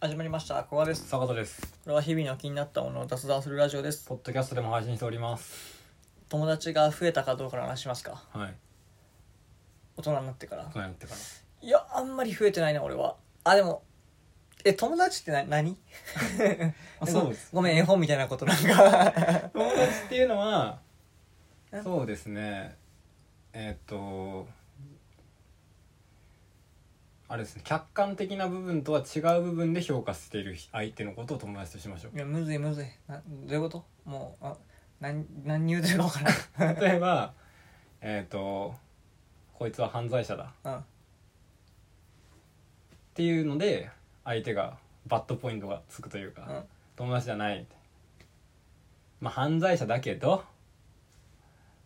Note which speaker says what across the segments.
Speaker 1: 始まりましたここです
Speaker 2: 坂田です
Speaker 1: これは日々の気になったものを雑談するラジオです
Speaker 2: ポッドキャストでも配信しております
Speaker 1: 友達が増えたかどうかの話しますか
Speaker 2: はい
Speaker 1: 大人になってから
Speaker 2: 大人になってか
Speaker 1: いやあんまり増えてないな俺はあでもえ友達ってな 何
Speaker 2: らそうです
Speaker 1: ごめん絵本みたいなことなん か
Speaker 2: 友達っていうのは
Speaker 1: うん
Speaker 2: そうですねえっ、とあれですね客観的な部分とは違う部分で評価している相手のことを友達としま しょう
Speaker 1: いやむずいむずいなどういうこともうあ何何言うてるか分からん
Speaker 2: 例えばえっ、とこいつは犯罪者だっ
Speaker 1: うん、
Speaker 2: ていうので相手がバッドポイントがつくというか、
Speaker 1: うん、
Speaker 2: 友達じゃないまあ犯罪者だけど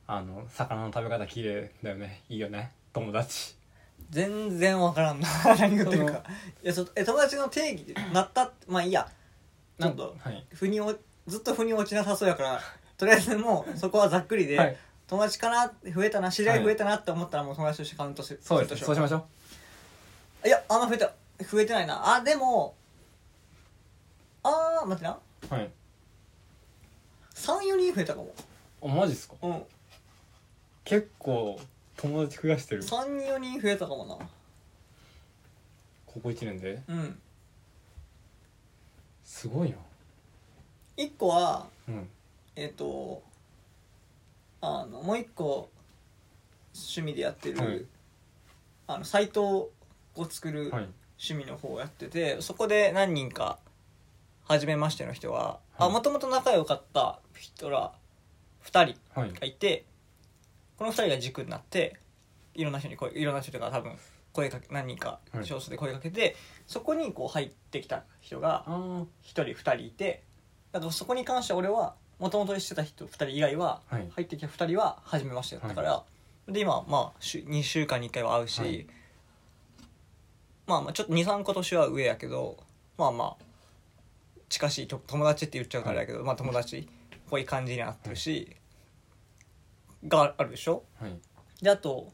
Speaker 2: あの魚の食べ方綺麗だよねいいよね友達
Speaker 1: 全然分からんな 何言ってるかいやそえ友達の定義でなったってまあいいやちょっと
Speaker 2: はい、
Speaker 1: 腑におずっと腑に落ちなさそうや からとりあえずもうそこはざっくりで、
Speaker 2: はい、
Speaker 1: 友達かな増えたな知り合
Speaker 2: はい
Speaker 1: い増えたなって思ったらもう友達としてカウントする
Speaker 2: そうですね
Speaker 1: す
Speaker 2: そうしましょう
Speaker 1: いやあんま増えた増えてないなあでもあー待ってな
Speaker 2: はい
Speaker 1: 34人増えたかも
Speaker 2: あマジっすか
Speaker 1: うん
Speaker 2: 結構友達増やしてる
Speaker 1: 34人増えたかも
Speaker 2: ここ1年で
Speaker 1: なうん
Speaker 2: すごいな
Speaker 1: 1個は
Speaker 2: うん
Speaker 1: えっ、とあのもう1個趣味でやってる、
Speaker 2: はい
Speaker 1: あのサイトを作る、
Speaker 2: はい
Speaker 1: 趣味の方をやっててそこで何人か初めましての人はあ
Speaker 2: はい
Speaker 1: もともと仲良かった人ら2人
Speaker 2: はい
Speaker 1: がいてこの2人が軸になっていろんな人に声いろんな人とか多分声かけ何人か
Speaker 2: はい
Speaker 1: 少数で声かけて、そこにこう入ってきた人が
Speaker 2: あー
Speaker 1: 1人2人いてだからそこに関しては俺はもともとしてた人2人以外は
Speaker 2: はい
Speaker 1: 入ってきた2人は初めましてだったから、で今まあ週2週間に1回は会うし、
Speaker 2: はい
Speaker 1: まあまあちょっと23個年は上やけどまあまあ近しいと友達って言っちゃうからやけど、まあ友達っぽい感じになってるし、があるでしょ
Speaker 2: はい
Speaker 1: であと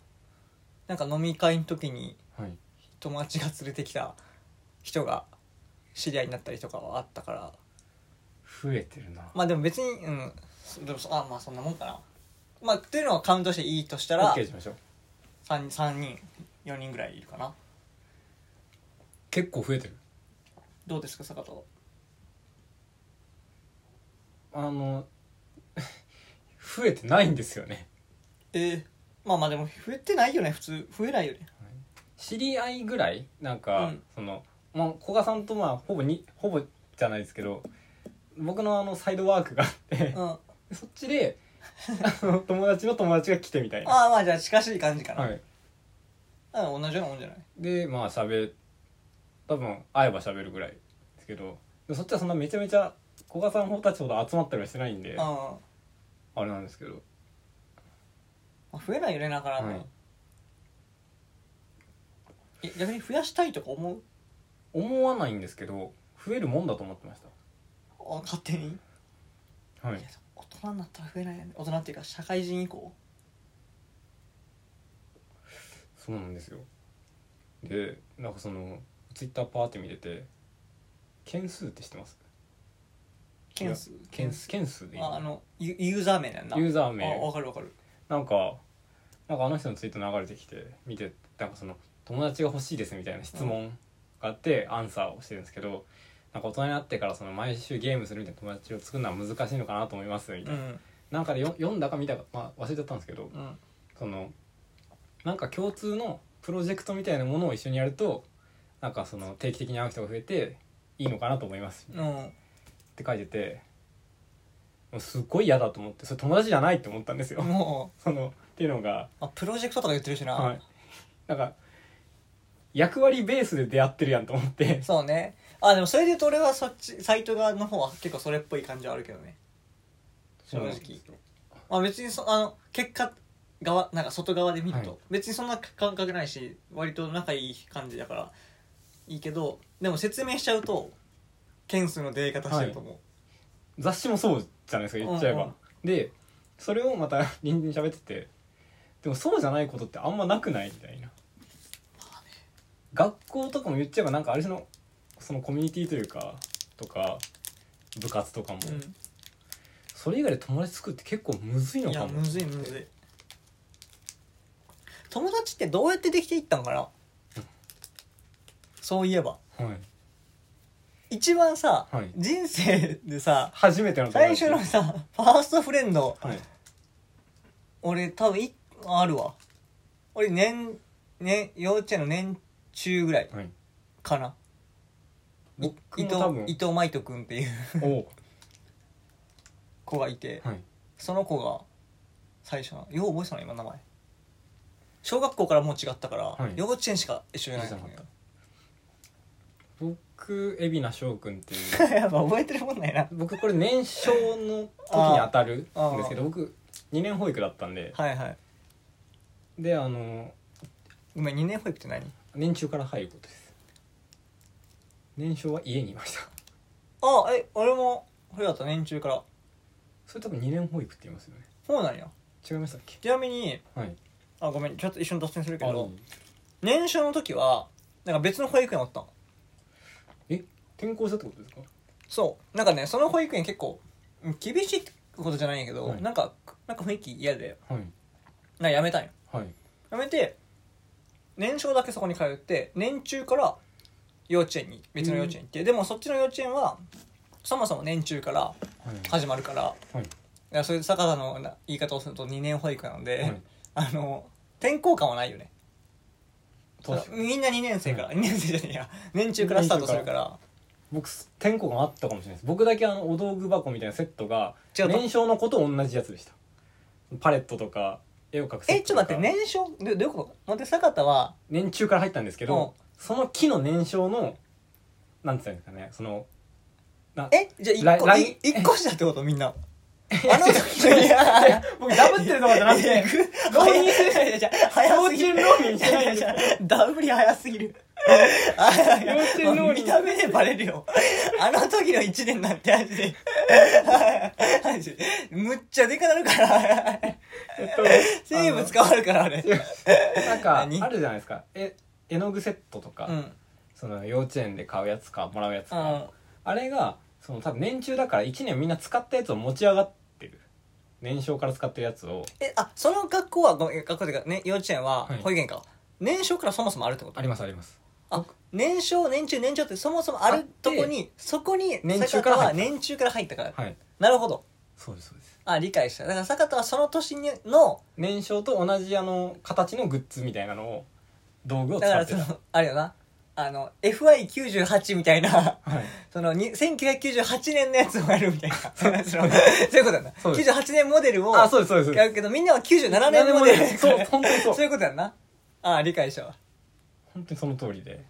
Speaker 1: なんか飲み会の時に
Speaker 2: はい
Speaker 1: 友達が連れてきた人が知り合いになったりとかはあったから
Speaker 2: 増えてるな
Speaker 1: まあでも別にうんそでもそあまあそんなもんかなまあっていうのをカウントしていいとしたら
Speaker 2: OK しましょう
Speaker 1: 3, 三人4人ぐらいいるかな
Speaker 2: 結構増えてる
Speaker 1: どうですか坂田は
Speaker 2: あの 増えてないんですよね
Speaker 1: ええまあまあでも増えてないよね普通増えないよね
Speaker 2: 知り合いぐらいなんか、
Speaker 1: うん
Speaker 2: その、まあ、古賀さんとまあほぼにほぼじゃないですけど僕のあのサイドワークがあって
Speaker 1: う、んあ
Speaker 2: そっちであの友達の友達が来てみたいな、
Speaker 1: あまあじゃあ近しい感じかな、
Speaker 2: はい、
Speaker 1: うん同じようなもんじゃない
Speaker 2: でまあ喋多分会えば喋るぐらいですけどでそっちはそんなめちゃめちゃ古賀さんたちほど集まったりはしてないんで
Speaker 1: うん、
Speaker 2: あ
Speaker 1: ま
Speaker 2: れなんですけど、
Speaker 1: あ、増えないよねなかなか、
Speaker 2: はい、
Speaker 1: え逆に増やしたいとか思う
Speaker 2: 思わないんですけど増えるもんだと思ってまし
Speaker 1: あ勝手に、
Speaker 2: た、はい
Speaker 1: いや、大人になったら増えないよね大人っていうか社会人以降
Speaker 2: そうなんですよでなんかそのツイッターパーって見てて件数って知ってます
Speaker 1: 件数
Speaker 2: 件数件数でいい
Speaker 1: ああ
Speaker 2: の
Speaker 1: のユユーザー名なんだ
Speaker 2: ユー
Speaker 1: ザ
Speaker 2: ザー
Speaker 1: あわ
Speaker 2: 名
Speaker 1: かるわかる
Speaker 2: なんかなんかあの人のツイート流れてきて見てなんかその友達が欲しいですみたいな質問があってアンサーをしてるんですけどなんか大人になってからその毎週ゲームするみたいな友達を作るのは難しいのかなと思いますみたいな,、
Speaker 1: うん
Speaker 2: なんかでよ読んだか見たか、まあ、忘れちゃったんですけど
Speaker 1: うん
Speaker 2: そのなんか共通のプロジェクトみたいなものを一緒にやるとなんかその定期的に会う人が増えていいのかなと思います
Speaker 1: うん
Speaker 2: って書いててもうすっごい嫌だと思ってそれ友達じゃないって思ったんですよ、
Speaker 1: も
Speaker 2: そのっていうのが、
Speaker 1: うあプロジェクトとか言ってるしな、
Speaker 2: はい、なんか役割ベースで出会ってるやんと思って
Speaker 1: そうねあでもそれで言うと俺はそっちサイト側の方は結構それっぽい感じはあるけどね正直まあ別にそあの結果側なんか外側で見ると、
Speaker 2: はい
Speaker 1: 別にそんな感覚ないし割と仲いい感じだからいいけどでも説明しちゃうと件数の出方してると思う、
Speaker 2: 雑誌もそうじゃないですか言っちゃえば、
Speaker 1: うんうん
Speaker 2: でそれをまた 隣人に喋っててでもそうじゃないことってあんまなくないみたいな、学校とかも言っちゃえばなんかあれ種のそのコミュニティというかとか部活とかも、
Speaker 1: うん
Speaker 2: それ以外で友達作るって結構むずいの
Speaker 1: い
Speaker 2: か
Speaker 1: や
Speaker 2: も
Speaker 1: むずいむずい友達ってどうやってできていったんかなそういえば
Speaker 2: はい、
Speaker 1: 一番さ、
Speaker 2: はい
Speaker 1: 人生でさ
Speaker 2: 初めての友
Speaker 1: 最
Speaker 2: 達
Speaker 1: 初のさファーストフレンド
Speaker 2: はい
Speaker 1: 俺多分いあるわ俺年年幼稚園の年中ぐらい
Speaker 2: はい
Speaker 1: かな
Speaker 2: 僕
Speaker 1: 伊
Speaker 2: も
Speaker 1: 藤
Speaker 2: 多分
Speaker 1: 伊藤舞人君っていう
Speaker 2: おう
Speaker 1: 子がいて
Speaker 2: はい
Speaker 1: その子が最初なよう覚えてたの今名前小学校からもう違ったから、
Speaker 2: はい
Speaker 1: 幼稚園しか一緒じゃないのよ
Speaker 2: 一緒じ僕海老名翔くんっていう
Speaker 1: やっぱ覚えてるもんないな
Speaker 2: 僕これ年少の時に当たるんですけ
Speaker 1: あーあー
Speaker 2: ど僕2年保育だったんで
Speaker 1: はいはい
Speaker 2: であの
Speaker 1: ごめん2年保育って何
Speaker 2: 年中から入ることです年少は家にいました
Speaker 1: あえ俺もそうだった年中から
Speaker 2: それ多分2年保育って言いますよね
Speaker 1: そうなんや
Speaker 2: 違いましたっけ
Speaker 1: ちなみに
Speaker 2: はい
Speaker 1: あごめんちょっと一緒に脱線するけ
Speaker 2: あ
Speaker 1: ど年少の時はなんか別の保育園おったの
Speaker 2: 転校したってことですか
Speaker 1: そうなんかねその保育園結構うん厳しいってことじゃないんやけど、
Speaker 2: はい
Speaker 1: なんかなんか雰囲気嫌で
Speaker 2: はい
Speaker 1: なんかやめたんよ
Speaker 2: はい
Speaker 1: やめて年少だけそこに通って年中から幼稚園に別の幼稚園行って、でもそっちの幼稚園はそもそも年中から
Speaker 2: はい
Speaker 1: 始まるからだか
Speaker 2: はい
Speaker 1: らそういう坂田のな言い方をすると2年保育なので、
Speaker 2: はい
Speaker 1: あの転校感はないよね
Speaker 2: 確かに
Speaker 1: みんな2年生から、2年生じゃねえや年中からスタートするから
Speaker 2: 僕転校があったかもしれないです僕だけあのお道具箱みたいなセットが
Speaker 1: 違うと
Speaker 2: 年少の子と同じやつでしたパレットとか絵を描くセッ
Speaker 1: え
Speaker 2: ト
Speaker 1: ちょ
Speaker 2: と
Speaker 1: っ
Speaker 2: か
Speaker 1: と待って年少どどういうこと待って坂田は
Speaker 2: 年中から入ったんですけ
Speaker 1: うん
Speaker 2: どその木の年少のなんて言ったらいいんですかねそのな
Speaker 1: えじゃあ
Speaker 2: ラ
Speaker 1: 1個
Speaker 2: ライン
Speaker 1: い一個下ってことみんなあの時
Speaker 2: いやい
Speaker 1: は
Speaker 2: や僕ダブってるとかじゃなく
Speaker 1: いや
Speaker 2: て
Speaker 1: い
Speaker 2: 浪人
Speaker 1: いやいやいや早すぎる
Speaker 2: 幼稚園浪人してない
Speaker 1: やややダブり早すぎるあいや
Speaker 2: 幼稚園浪人
Speaker 1: 見た目でバレるよあの時の1年なんてマジでマジでむっちゃでかなるから
Speaker 2: えっと
Speaker 1: 生物変わるからあれ
Speaker 2: なんかある
Speaker 1: 何
Speaker 2: じゃないですかえ絵の具セットとか、
Speaker 1: うん
Speaker 2: その幼稚園で買うやつかもらうやつか、
Speaker 1: うん
Speaker 2: あれがその多分年中だから1年みんな使ったやつを持ち上がってる年少から使ってるやつを
Speaker 1: えあその学校はごめん学校っていうかね幼稚園は
Speaker 2: はい
Speaker 1: 保育園か年少からそもそもあるってこと
Speaker 2: ありますあります
Speaker 1: あ年少年中年長ってそもそもあ
Speaker 2: あっ
Speaker 1: る
Speaker 2: て
Speaker 1: とこにそこに
Speaker 2: 年中
Speaker 1: 坂田
Speaker 2: から入
Speaker 1: は
Speaker 2: った
Speaker 1: 年中から入ったから
Speaker 2: はい
Speaker 1: なるほど
Speaker 2: そうですそうです
Speaker 1: あ理解しただから坂田はその年にの
Speaker 2: 年少と同じあの形のグッズみたいなのを道具を
Speaker 1: だか
Speaker 2: 使
Speaker 1: ら
Speaker 2: って
Speaker 1: そ
Speaker 2: た
Speaker 1: のあれよなあの FI98 みたいな
Speaker 2: はい
Speaker 1: そのに1998年のやつもやるみたいなその そういうことやな
Speaker 2: そうです
Speaker 1: 98年モデルを
Speaker 2: あそうですそうですそう
Speaker 1: や
Speaker 2: です
Speaker 1: るけどみんなは97年モデルやか
Speaker 2: そう
Speaker 1: ら
Speaker 2: 本当にそ う
Speaker 1: そういうことやんなあ理解したわ
Speaker 2: 本当にその通りで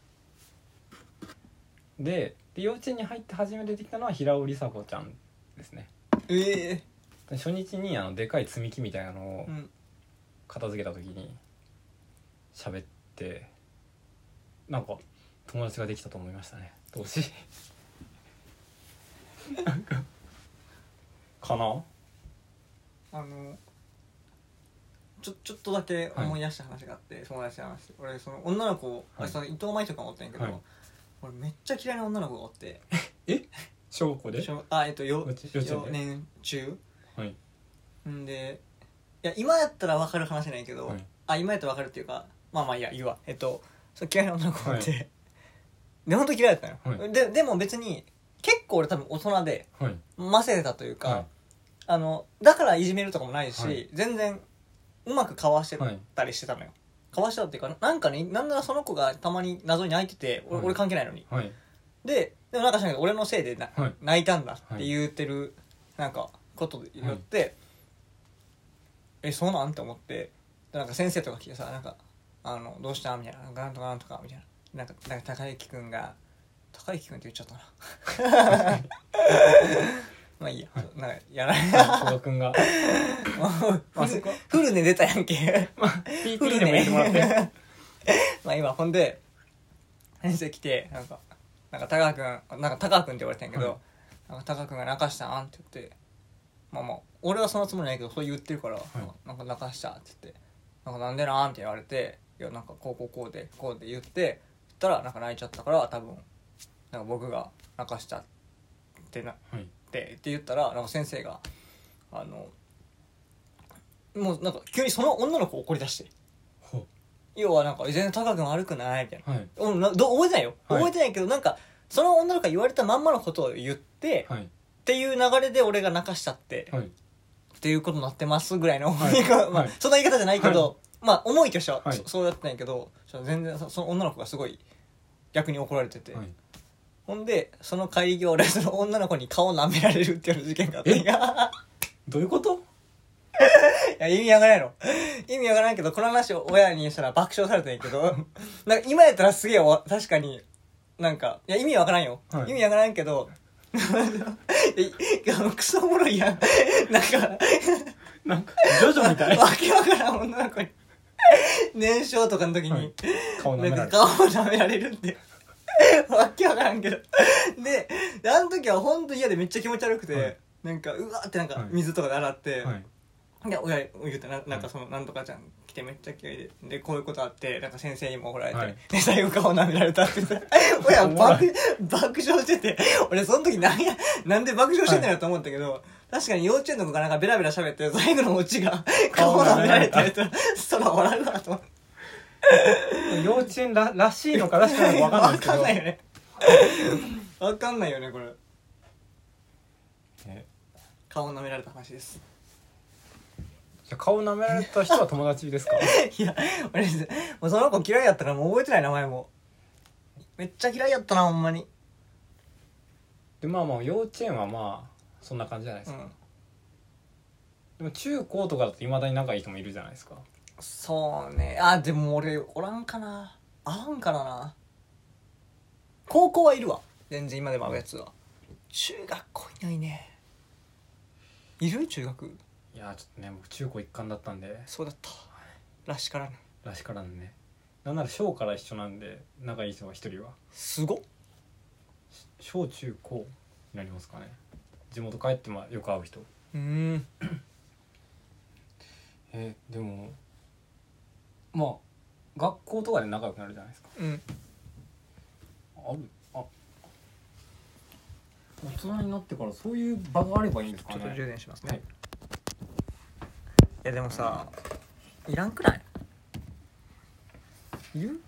Speaker 2: でで幼稚園に入って初めて出てきたのは平尾梨紗子ちゃんですね
Speaker 1: ええ
Speaker 2: 初日にあのでかい積み木みたいなのを
Speaker 1: うん
Speaker 2: 片付けた時に喋ってなんか友達ができたと思いましたね 同時なんかかな
Speaker 1: あのちょちょっとだけ思い出した話があって、友達の話俺その女の子、あ
Speaker 2: はい
Speaker 1: その伊藤舞とかもおったんやけど、
Speaker 2: はい
Speaker 1: 俺めっちゃ嫌いな女の子がおって
Speaker 2: 小学校で
Speaker 1: 小あえっとよ
Speaker 2: 幼稚幼稚園で
Speaker 1: 幼年中
Speaker 2: はい
Speaker 1: んでいや今やったら分かる話ないけど、
Speaker 2: はい
Speaker 1: あ今やったら分かるっていうかまあまあいいやいいわえっとその嫌いな女の子がおって、で本当嫌いだったのよ、
Speaker 2: は
Speaker 1: ででも別に結構俺多分大人で
Speaker 2: はい
Speaker 1: ませてたというか、
Speaker 2: は
Speaker 1: あのだからいじめるとかもないし、
Speaker 2: はい
Speaker 1: 全然うまくかわして
Speaker 2: はい
Speaker 1: たりしてたのよ、かわしてたっていうかなんかねなんならその子がたまに謎に泣いてて俺,、
Speaker 2: はい
Speaker 1: 俺関係ないのに
Speaker 2: いはい
Speaker 1: ででもなんかしないけど俺のせいでな、
Speaker 2: はい
Speaker 1: 泣いたんだって言ってるなんかことによって、えそうなんって思ってでなんか先生とか来てさなんかあのどうしたみたいな「なんとかなんとか」みたいななんかなんか高之君が「高之君」って言っちゃったな まあいいや、なんかやらない
Speaker 2: 小賀君が
Speaker 1: まあ、
Speaker 2: そこ
Speaker 1: フルで出たやんけ
Speaker 2: まあ PP
Speaker 1: フル
Speaker 2: でも入れてもらって
Speaker 1: ねまあ今ほんで先生来てなんか「なんか高くんなんか高くん」って言われてんやけど「なんか高くんが泣かしたん?」って言ってまあまあ俺はそのつもりないけどそう言ってるから「なんか泣かした」って言って「なんかなんでなん?」って言われて「いやなんかこうこうこうでこうで言って言ったらなんか泣いちゃったから多分なんか僕が泣かしちゃってなっ
Speaker 2: はい
Speaker 1: てって言ったらなんか先生があのもうなんか急にその女の子を怒り出して
Speaker 2: ほ
Speaker 1: 要はなんか全然高くも悪くないみたいな
Speaker 2: はい
Speaker 1: うん、など覚えてないよ、
Speaker 2: はい
Speaker 1: 覚えてないけどなんかその女の子が言われたまんまのことを言って、
Speaker 2: はい
Speaker 1: っていう流れで俺が泣かしちゃって、
Speaker 2: はい
Speaker 1: っていうことになってますぐらいの、
Speaker 2: はい
Speaker 1: まあ
Speaker 2: はい
Speaker 1: そんな言い方じゃないけど、まあ思いとしては、
Speaker 2: はい
Speaker 1: そそうやってないけどそ全然そその女の子がすごい逆に怒られてて、
Speaker 2: はい
Speaker 1: ほんでその会議後俺その女の子に顔舐められるっていう事件があって
Speaker 2: え
Speaker 1: いや
Speaker 2: どういうこと
Speaker 1: いや意味わからないの 意味わからないけどこの話を親にしたら爆笑されたんやけど なんか今やったらすげえわ確かになんかいや意味わからんよ、
Speaker 2: はい
Speaker 1: 意味わからんけど いやいやクソおもろいやん なんか
Speaker 2: なんかジョジョみたい
Speaker 1: わけわからん女の子に 年少とかの時に、
Speaker 2: はい顔舐め
Speaker 1: な
Speaker 2: ら
Speaker 1: ん
Speaker 2: れ
Speaker 1: か
Speaker 2: た
Speaker 1: 顔を舐められるって わけわからんけどでであの時は本当嫌でめっちゃ気持ち悪くて、
Speaker 2: はい
Speaker 1: なんかうわーってなん
Speaker 2: は
Speaker 1: か
Speaker 2: い
Speaker 1: 水とかで洗って、
Speaker 2: はい
Speaker 1: いや親言うてななんかそのなんとかちゃん来てめっちゃ嫌いででこういうことあってなんか先生にも怒られて、
Speaker 2: はい
Speaker 1: で最後顔舐められたって言って 親
Speaker 2: おもろ
Speaker 1: 爆爆笑してて俺その時なんやなんで爆笑してんのやと思ったけど、確かに幼稚園の子がなんかベラベラ喋って最後のオチが 顔
Speaker 2: 顔
Speaker 1: 舐
Speaker 2: 舐
Speaker 1: め
Speaker 2: め
Speaker 1: ら
Speaker 2: ら
Speaker 1: れ
Speaker 2: れた
Speaker 1: てそら笑うなと思って
Speaker 2: 幼稚園ららしいのか確かないの
Speaker 1: わ
Speaker 2: か分かんないですけど
Speaker 1: よねわかんないよねこれ
Speaker 2: ね
Speaker 1: 顔舐められた話です
Speaker 2: じゃあ顔舐められた人は友達ですか
Speaker 1: いや俺もうその子嫌いやったからもう覚えてない名前もめっちゃ嫌いやったなほんまに
Speaker 2: でまあまあ幼稚園はまあそんな感じじゃないで
Speaker 1: う
Speaker 2: すか、
Speaker 1: ん
Speaker 2: でも中高とかだといまだに仲いい人もいるじゃないですか
Speaker 1: そうねあでも俺おらんかな合うんからな高校はいるわ全然今でも会うやつは中学校いないねいる中学
Speaker 2: いやーちょっとね僕中高一貫だったんで
Speaker 1: そうだったらしからぬ
Speaker 2: らしからぬねなんなら小から一緒なんで仲いい人が一人は
Speaker 1: すごっ
Speaker 2: 小中高になりますかね地元帰ってまあよく会う人
Speaker 1: うーん
Speaker 2: えでもまあ学校とかで仲良くなるじゃないですか
Speaker 1: うん
Speaker 2: あるあ大人になってからそういう場があればいいんです
Speaker 1: ちょ
Speaker 2: か
Speaker 1: っと充
Speaker 2: ね
Speaker 1: 電しますね、
Speaker 2: はいい、
Speaker 1: やでもさいらんくないいる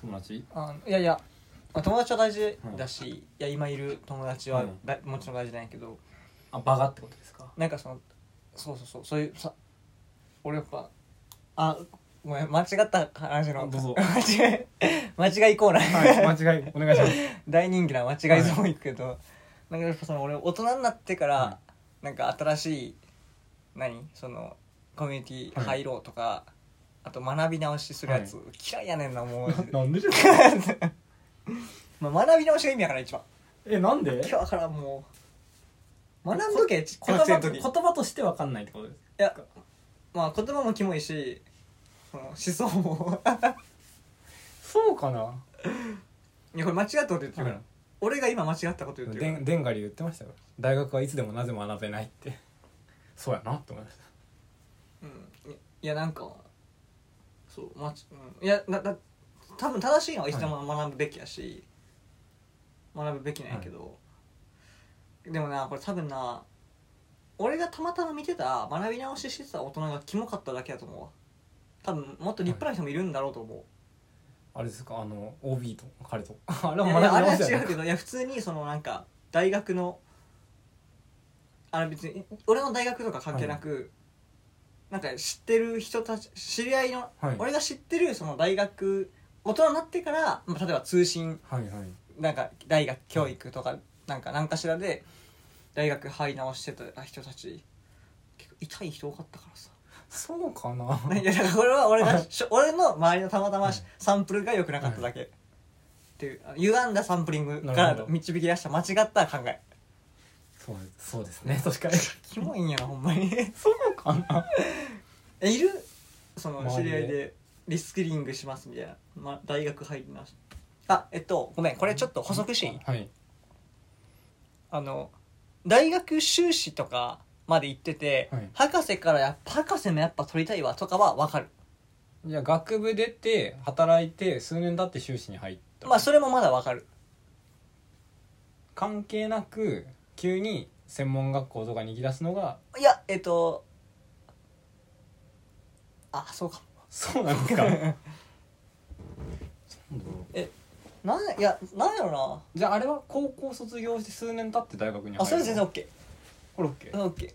Speaker 2: 友達
Speaker 1: あいやいや、まあ、友達は大事だし、いや今いる友達は
Speaker 2: うん
Speaker 1: だ、もちろん大事なんやけど
Speaker 2: あ場がってことですか
Speaker 1: なんかそのそうそうそうそういうさ俺やっぱあごめん間違った話の
Speaker 2: あどうぞ
Speaker 1: 間違い間違いコーナー、
Speaker 2: はい間違いお願いします
Speaker 1: 大人気な間違いゾーン行くけど、なんかやっぱその俺大人になってから、
Speaker 2: は
Speaker 1: なんか新しい何そのコミュニティ入ろうとか、あと学び直しするやつ、嫌いやねんなもう マジで
Speaker 2: なんでですか
Speaker 1: まあ学び直しが意味やからん一番
Speaker 2: えなんで
Speaker 1: 今日からんもう学んどけちっこ
Speaker 2: 言
Speaker 1: っち
Speaker 2: 葉
Speaker 1: の
Speaker 2: と
Speaker 1: 時
Speaker 2: 言
Speaker 1: い
Speaker 2: 葉としてわかんないってことです
Speaker 1: やまあ言葉もキモいしその思想も
Speaker 2: そうかない
Speaker 1: やこれ間違ったこと言ってるから、
Speaker 2: うん
Speaker 1: 俺が今間違ったこと言ってるか
Speaker 2: で
Speaker 1: ら
Speaker 2: んでんがり言ってましたよ大学はいつでもなぜ学べないってそうやなって思いまし
Speaker 1: う
Speaker 2: た
Speaker 1: んいいやなんかそうまち、うん、いやだだ多分正しいのは一度も学ぶべきやし、学ぶべきなんやけど、でもなこれ多分な俺がたまたま見てた学び直ししてた大人がキモかっただけやと思うわ多分もっと立派な人もいるんだろうと思う、
Speaker 2: あれですかあの OB と彼とあれ
Speaker 1: いや
Speaker 2: は
Speaker 1: いやあれは
Speaker 2: 学び直しや
Speaker 1: 違
Speaker 2: な
Speaker 1: うけどいや普通にそのなんか大学のあれ別に俺の大学とか関係なく、なんか知ってる人たち知り合いの、
Speaker 2: はい
Speaker 1: 俺が知ってるその大学大人になってから、まあ、例えば通信
Speaker 2: はいはい
Speaker 1: なんか大学教育とか、なんか何かしらで大学入り直してた人たち結構痛い人多かったからさ
Speaker 2: そうかない
Speaker 1: やだからこれは俺がしょ俺の周りのたまたま
Speaker 2: はい
Speaker 1: サンプルが良くなかっただけ、っていうあの歪んだサンプリングか
Speaker 2: なる
Speaker 1: ら
Speaker 2: ほど
Speaker 1: 導き出した間違った考え
Speaker 2: そうですそうですね確かに
Speaker 1: キモいんやなほんまに
Speaker 2: そうかな
Speaker 1: えいるその知
Speaker 2: 周り
Speaker 1: り
Speaker 2: で
Speaker 1: 合いでリスキリングしますみたいな、ま、大学入り直しあえっとごめんこれちょっと補足していい
Speaker 2: はい
Speaker 1: あの大学修士とかまで行ってて、
Speaker 2: はい
Speaker 1: 博士からやっぱ博士もやっぱ取りたいわとかは分かる
Speaker 2: じゃあ学部出て働いて数年経って修士に入った
Speaker 1: まあそれもまだ分かる
Speaker 2: 関係なく急に専門学校とかに行き出すのが
Speaker 1: いやえっとあそうか
Speaker 2: そうなんですかそうなんだ
Speaker 1: なんいやなんやろな
Speaker 2: じゃああれは高校卒業して数年経って大学に入るの
Speaker 1: あそれ全然 OK
Speaker 2: これ OK
Speaker 1: オッケ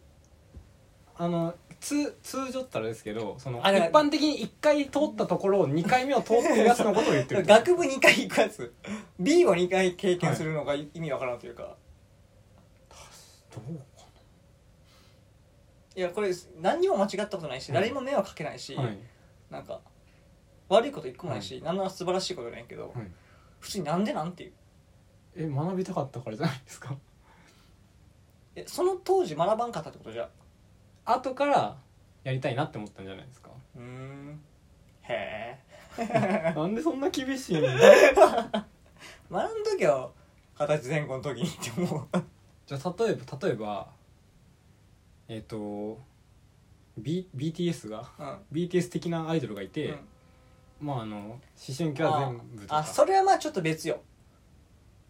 Speaker 2: あの通通常ったらですけどその一
Speaker 1: あれ
Speaker 2: 般的に1回通ったところを2回目を通ってるやつのことを言ってる
Speaker 1: ー学部2回行くやつ B を2回経験するのが意味わからんというか、
Speaker 2: どうか
Speaker 1: い、やこれ何にも間違ったことないし、
Speaker 2: うん
Speaker 1: 誰にも迷惑かけないし、
Speaker 2: なはい
Speaker 1: なんか悪いこと一個もないし、なんなら素晴らしいことないけど、
Speaker 2: はい
Speaker 1: 普通になんでなんていう
Speaker 2: え学びたかったからじゃないですか
Speaker 1: えその当時学ばんかったってことじゃ
Speaker 2: 後からやりたいなって思ったんじゃないですか
Speaker 1: うーんへえ
Speaker 2: なんでそんな厳しいの
Speaker 1: 学んどきは二十歳前後の時にって思う
Speaker 2: じゃあ例えば例えばえっ、と、B、BTS が
Speaker 1: うん、うん
Speaker 2: BTS 的なアイドルがいて、まああの思春期は全部とか
Speaker 1: あそれはまあちょっと別よ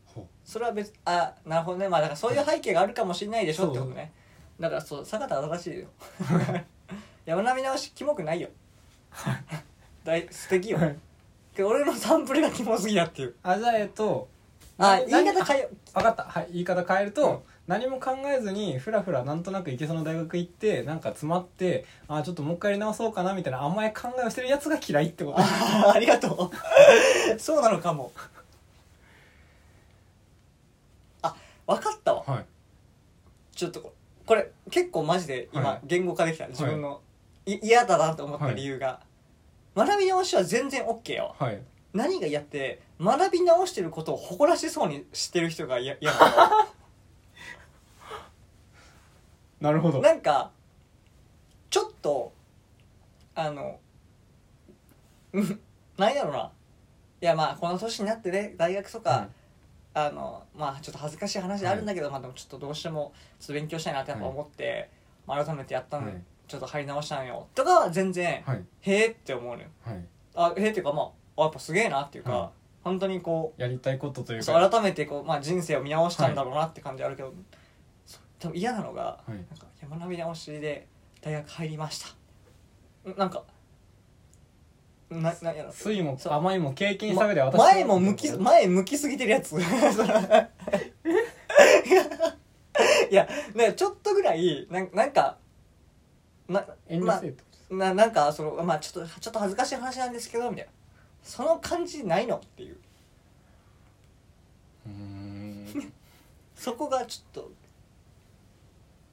Speaker 2: ほ
Speaker 1: それは別あなるほどねまあだからそういう背景があるかもしれないでしょってことねだからそう坂田は正 しいよいや学び直しキモくないよ 大素敵
Speaker 2: う
Speaker 1: よけど俺のサンプルがキモすぎだっていう
Speaker 2: あじゃあえっと
Speaker 1: あ
Speaker 2: 何
Speaker 1: 言い
Speaker 2: 何
Speaker 1: 方変えよう
Speaker 2: 分かった、はい、言い方変えると、
Speaker 1: うん
Speaker 2: 何も考えずにふらふらなんとなく行けそうな大学行ってなんか詰まってあーちょっともう一回やり直そうかなみたいな甘い考えをしてるやつが嫌いってこと
Speaker 1: あありがとう そうなのかもあ分かったわ
Speaker 2: はい
Speaker 1: ちょっとここれ結構マジで
Speaker 2: は
Speaker 1: 今
Speaker 2: い
Speaker 1: 言語化できた自分のい嫌だなと思った理由が、学び直しは全然 OK よ
Speaker 2: はい
Speaker 1: 何が嫌って学び直してることを誇らしそうにしてる人が 嫌嫌なの
Speaker 2: なるほど
Speaker 1: なんかちょっとあの うん何やろないやまあこの年になってね大学とか、
Speaker 2: うん
Speaker 1: あのまあちょっと恥ずかしい話であるんだけど、まあでもちょっとどうしてもちょっと勉強したいなってやっぱ思って、まあ改めてやったのに、
Speaker 2: はい
Speaker 1: ちょっと入り直したのよとかは全然、
Speaker 2: はい
Speaker 1: へえって思うのよ
Speaker 2: はい
Speaker 1: あへえっていうかまああやっぱすげえなっていうか、
Speaker 2: はい
Speaker 1: 本当にこ
Speaker 2: やりたいことというう
Speaker 1: そ
Speaker 2: かは
Speaker 1: う改めてこう、まあ、人生を見直したんだろうなって感じあるけど、そう多分嫌なのが
Speaker 2: い
Speaker 1: なんかいや学び直しで大学入りましたんなんかななんやろ
Speaker 2: 酸いも
Speaker 1: そう
Speaker 2: 甘いも経験した上で
Speaker 1: ま
Speaker 2: 私
Speaker 1: 前も向き前向きすぎてるやつ そのいやなんかちょっとぐらいなんなんかな
Speaker 2: 遠慮
Speaker 1: ま
Speaker 2: せえってことです
Speaker 1: ななんかそのまあちょっとちょっと恥ずかしい話なんですけどみたいなその感じないのっていう
Speaker 2: うーん
Speaker 1: そこがちょっと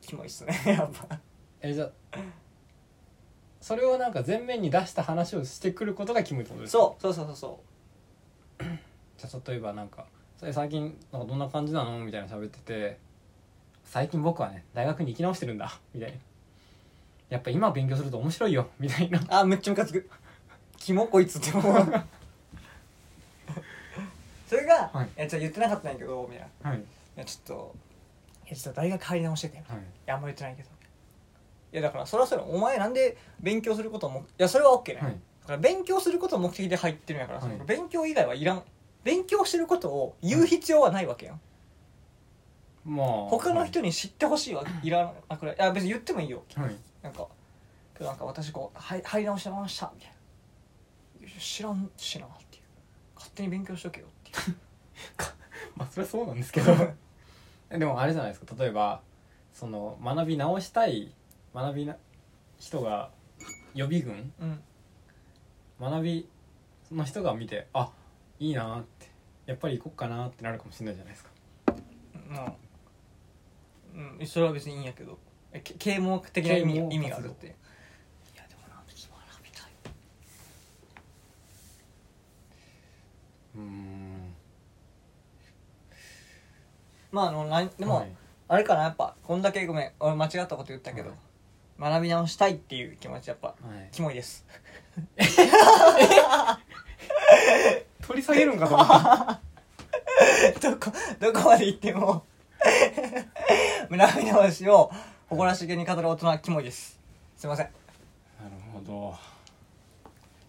Speaker 1: キモいっすね やっぱ
Speaker 2: えじゃあそれをなんか前面に出した話をしてくることがキモいってことですか
Speaker 1: そうそうそうそうそ
Speaker 2: じゃあ例えばなんかそれ最近なんかどんな感じなのみたいな喋ってて最近僕はね大学に行き直してるんだみたいなやっぱ今勉強すると面白いよみたいな
Speaker 1: うあめっちゃムカつくキモこいつって思う それが、
Speaker 2: はい
Speaker 1: いやちょっと言ってなかったんやけどみたいない
Speaker 2: はい
Speaker 1: やちょっといやちょっと大学入り直しててい
Speaker 2: はい
Speaker 1: やあんま言ってないけどいやだからそれはそれお前なんで勉強することをもいやそれは OK ね、
Speaker 2: はい
Speaker 1: だから勉強することを目的で入ってるんやから、
Speaker 2: はい
Speaker 1: その勉強以外はいらん勉強してることを言う必要はないわけやん、
Speaker 2: まあ
Speaker 1: 他の人に知ってほしいわいらなくないいや別に言ってもいいよ
Speaker 2: はい
Speaker 1: なんかけどなんか私こう入入り直してましたみたいないや知らんしなっていう勝手に勉強しとけよっていう
Speaker 2: まあそれはそうなんですけど でもあれじゃないですか例えばその学び直したい学びな人が予備軍
Speaker 1: うん
Speaker 2: 学びの人が見てあいいなーってやっぱり行こっかなーってなるかもしれないじゃないですか
Speaker 1: まあ、うん、それは別にいいんやけどえけ啓蒙的な意味
Speaker 2: 啓蒙
Speaker 1: 意味があるっていやでもなんで学びたい
Speaker 2: うん
Speaker 1: まああのなんでも、
Speaker 2: はい
Speaker 1: あれかなやっぱこんだけごめん俺間違ったこと言ったけど、
Speaker 2: はい
Speaker 1: 学び直したいっていう気持ちやっぱ
Speaker 2: はい
Speaker 1: キモいです
Speaker 2: 取り下げるんかと思 った。
Speaker 1: どこ、どこまで行っても、 学び直しを誇らしげに語る大人はキモいです。すいません。
Speaker 2: なるほど。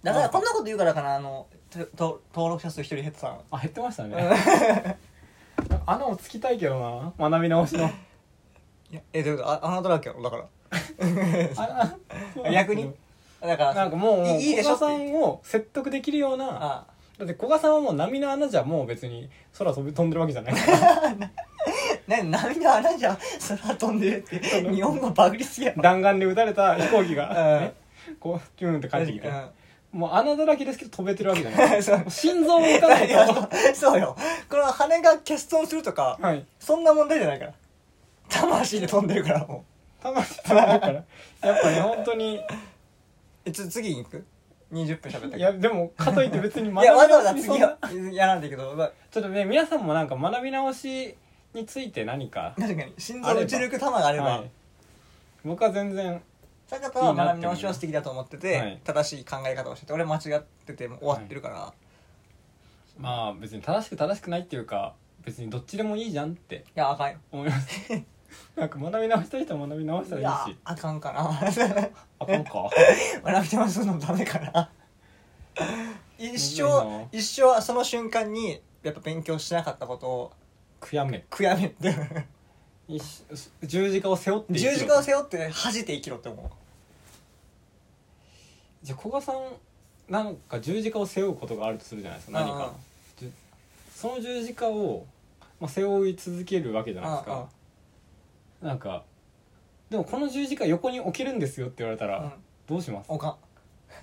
Speaker 1: だからこんなこと言うからかな、あの、とと登録者数一人減ってたの。
Speaker 2: あ、減ってましたね。 穴をつきたいけどな学び直し の
Speaker 1: いやえどういうことあ穴だらけやろだから
Speaker 2: ああ
Speaker 1: 逆にだから
Speaker 2: なんかもう
Speaker 1: いいいでしょ
Speaker 2: 古賀さんを説得できるような
Speaker 1: あ
Speaker 2: だって古賀さんはもう波の穴じゃもう別に空飛び飛んでるわ けじゃないから
Speaker 1: ね波の穴じゃ空飛んでる って日本語バグりすぎやろ
Speaker 2: 弾丸で撃たれた飛行機が、
Speaker 1: うん
Speaker 2: ねこうピューンって帰ってきて、
Speaker 1: うん
Speaker 2: もう穴だらけですけど飛べてるわけじゃない
Speaker 1: そう
Speaker 2: 心臓も打たない
Speaker 1: いやそ
Speaker 2: と
Speaker 1: うそうよこの羽が欠損するとか、
Speaker 2: はい
Speaker 1: そんな問題じゃないから魂で飛んでるからも
Speaker 2: 魂飛んでるからやっぱね本当に
Speaker 1: うえつ次に行く20分喋ったけど
Speaker 2: いやでもかといって別に
Speaker 1: いやわざわざ
Speaker 2: に
Speaker 1: 次
Speaker 2: そんな
Speaker 1: はやらんだけど、まあ、
Speaker 2: ちょっとね皆さんもなんか学び直しについて何か
Speaker 1: 確かに心臓打ち抜く球があれば
Speaker 2: はい、僕は全然
Speaker 1: 坂田は学び直しは素敵だと思ってて
Speaker 2: はい
Speaker 1: 正しい考え方をしてて俺間違っててもう終わってるから、い、
Speaker 2: まあ別に正しく正しくないっていうか別にどっちでもいいじゃんって
Speaker 1: やあかんよ
Speaker 2: 思いますなんか学び直したい人は学び直した
Speaker 1: い
Speaker 2: らい
Speaker 1: や
Speaker 2: いし
Speaker 1: あかんかな
Speaker 2: あかんか
Speaker 1: 学び直すのダメか な一
Speaker 2: む
Speaker 1: 生一生はその瞬間にやっぱ勉強しなかったことを
Speaker 2: 悔やめ
Speaker 1: 悔やめて
Speaker 2: いし十字架を背負って生きろ
Speaker 1: 十字架を背負って恥じて生きろって思う
Speaker 2: じゃあ古賀さんなんか十字架を背負うことがあるとするじゃないですか何かじその十字架を、まあ、背負い続けるわけじゃないです
Speaker 1: うんうん
Speaker 2: かなんかでもこの十字架横に置けるんですよって言われた
Speaker 1: う
Speaker 2: ら
Speaker 1: ん
Speaker 2: どうします
Speaker 1: おか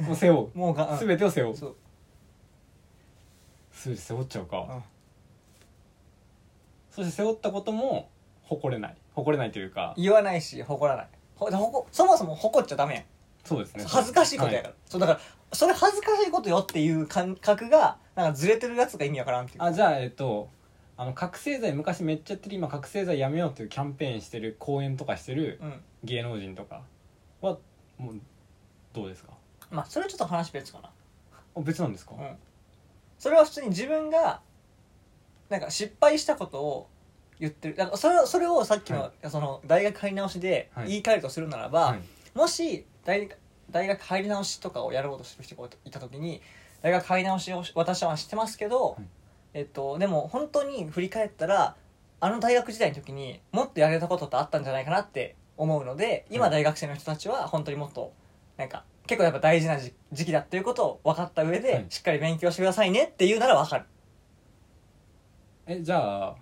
Speaker 2: もう背負うん
Speaker 1: もうおかんうん
Speaker 2: 全てを背負う
Speaker 1: そう
Speaker 2: 全て背負っちゃう
Speaker 1: う
Speaker 2: か
Speaker 1: ん
Speaker 2: そして背負ったことも誇れない誇れないというか
Speaker 1: 言わないし誇らないほほこそもそも誇っちゃダメやん
Speaker 2: そうですね
Speaker 1: 恥ずかしいことやから、そうだからそれ恥ずかしいことよっていう感覚がなんかずれてるやつが意味わからんっていう
Speaker 2: はいあじゃあえっとあの覚醒剤昔めっちゃやってる今覚醒剤やめようっていうキャンペーンしてる講演とかしてる
Speaker 1: うん
Speaker 2: 芸能人とかはもうどうですか
Speaker 1: まあそれはちょっと話別かな
Speaker 2: あ別なんですか、
Speaker 1: うんそれは普通に自分がなんか失敗したことを言ってるだからそれをそれをさっきの,、
Speaker 2: は
Speaker 1: その大学入り直しで
Speaker 2: はい
Speaker 1: 言い換えるとするならば、
Speaker 2: はい
Speaker 1: もし大大学入り直しとかをやろうとする人がいた時に大学入り直しを私はしてますけど、
Speaker 2: はい
Speaker 1: えっと、でも本当に振り返ったらあの大学時代の時にもっとやれたことってあったんじゃないかなって思うので今
Speaker 2: はい
Speaker 1: 大学生の人たちは本当にもっとなんか結構やっぱ大事な時時期だっていうことを分かった上で、
Speaker 2: はい
Speaker 1: しっかり勉強してくださいねっていうなら分かる
Speaker 2: えじゃあ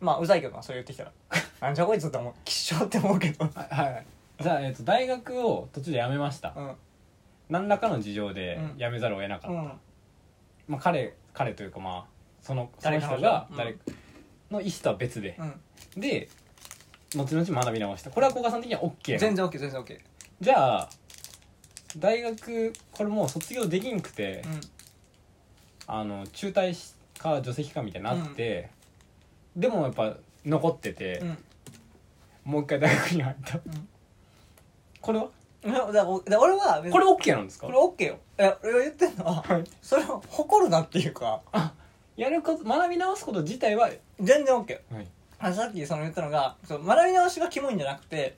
Speaker 1: まあうざいけどなそれ言ってきたら なんじゃこいつって思う吉祥って思うけど、
Speaker 2: はいはいじゃあ、えっと、大学を途中で辞めました、
Speaker 1: うん
Speaker 2: 何らかの事情で
Speaker 1: うん
Speaker 2: 辞めざるを得なかった、
Speaker 1: うん、
Speaker 2: まあ、彼彼というかまあそのその
Speaker 1: 誰かの
Speaker 2: 人が
Speaker 1: うん
Speaker 2: 誰かの意思とは別で、
Speaker 1: うん、
Speaker 2: で後々学び直したこれは古賀さん的には OK な
Speaker 1: 全然 OK 全然 OK、
Speaker 2: じゃあ大学これもう卒業できんくて、
Speaker 1: うん、
Speaker 2: あの中退しか除籍かみたいになって、でもやっぱ残ってて、
Speaker 1: うん
Speaker 2: もう一回大学に入った、
Speaker 1: ん
Speaker 2: これは
Speaker 1: だからだから俺は別に
Speaker 2: これ OK なんですか
Speaker 1: これ OK よいや俺が言ってんのは
Speaker 2: はい
Speaker 1: それを誇るなっていうか
Speaker 2: やること学び直すこと自体は、
Speaker 1: 全然 OK あさっきその言ったのがその学び直しがキモいんじゃなくて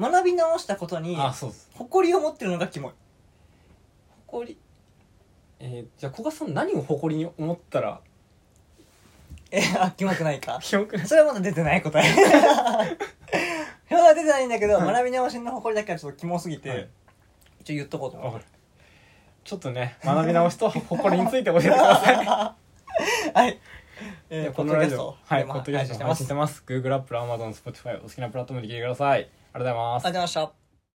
Speaker 1: 学び直したことに
Speaker 2: あそうです
Speaker 1: 誇りを持ってるのがキモい
Speaker 2: 誇りえーじゃあ古賀さん何を誇りに思ったら
Speaker 1: えあキモくないか
Speaker 2: 記憶ない
Speaker 1: それはまだ出てない答えそれは出てないんだけど、
Speaker 2: はい
Speaker 1: 学び直しの誇りだけはちょっとキモすぎて、
Speaker 2: はい
Speaker 1: 一応言っとこうと思
Speaker 2: わ
Speaker 1: う
Speaker 2: かるちょっとね学び直しと誇りについて教えてください
Speaker 1: はい、え
Speaker 2: で
Speaker 1: ー、ポ
Speaker 2: こ
Speaker 1: ッ
Speaker 2: の
Speaker 1: ドキ
Speaker 2: ラ
Speaker 1: ャ
Speaker 2: ジ
Speaker 1: ス
Speaker 2: オ
Speaker 1: ト
Speaker 2: はい
Speaker 1: で
Speaker 2: ポ
Speaker 1: ま
Speaker 2: ッ
Speaker 1: あ
Speaker 2: ドキャ
Speaker 1: 配
Speaker 2: ス
Speaker 1: 信し
Speaker 2: ト
Speaker 1: て
Speaker 2: 配
Speaker 1: ま
Speaker 2: 信し
Speaker 1: す
Speaker 2: てます Google アップル Amazon Spotify お好きなプラットフォームで聞いてくださいありがとうございます
Speaker 1: ありがとうございました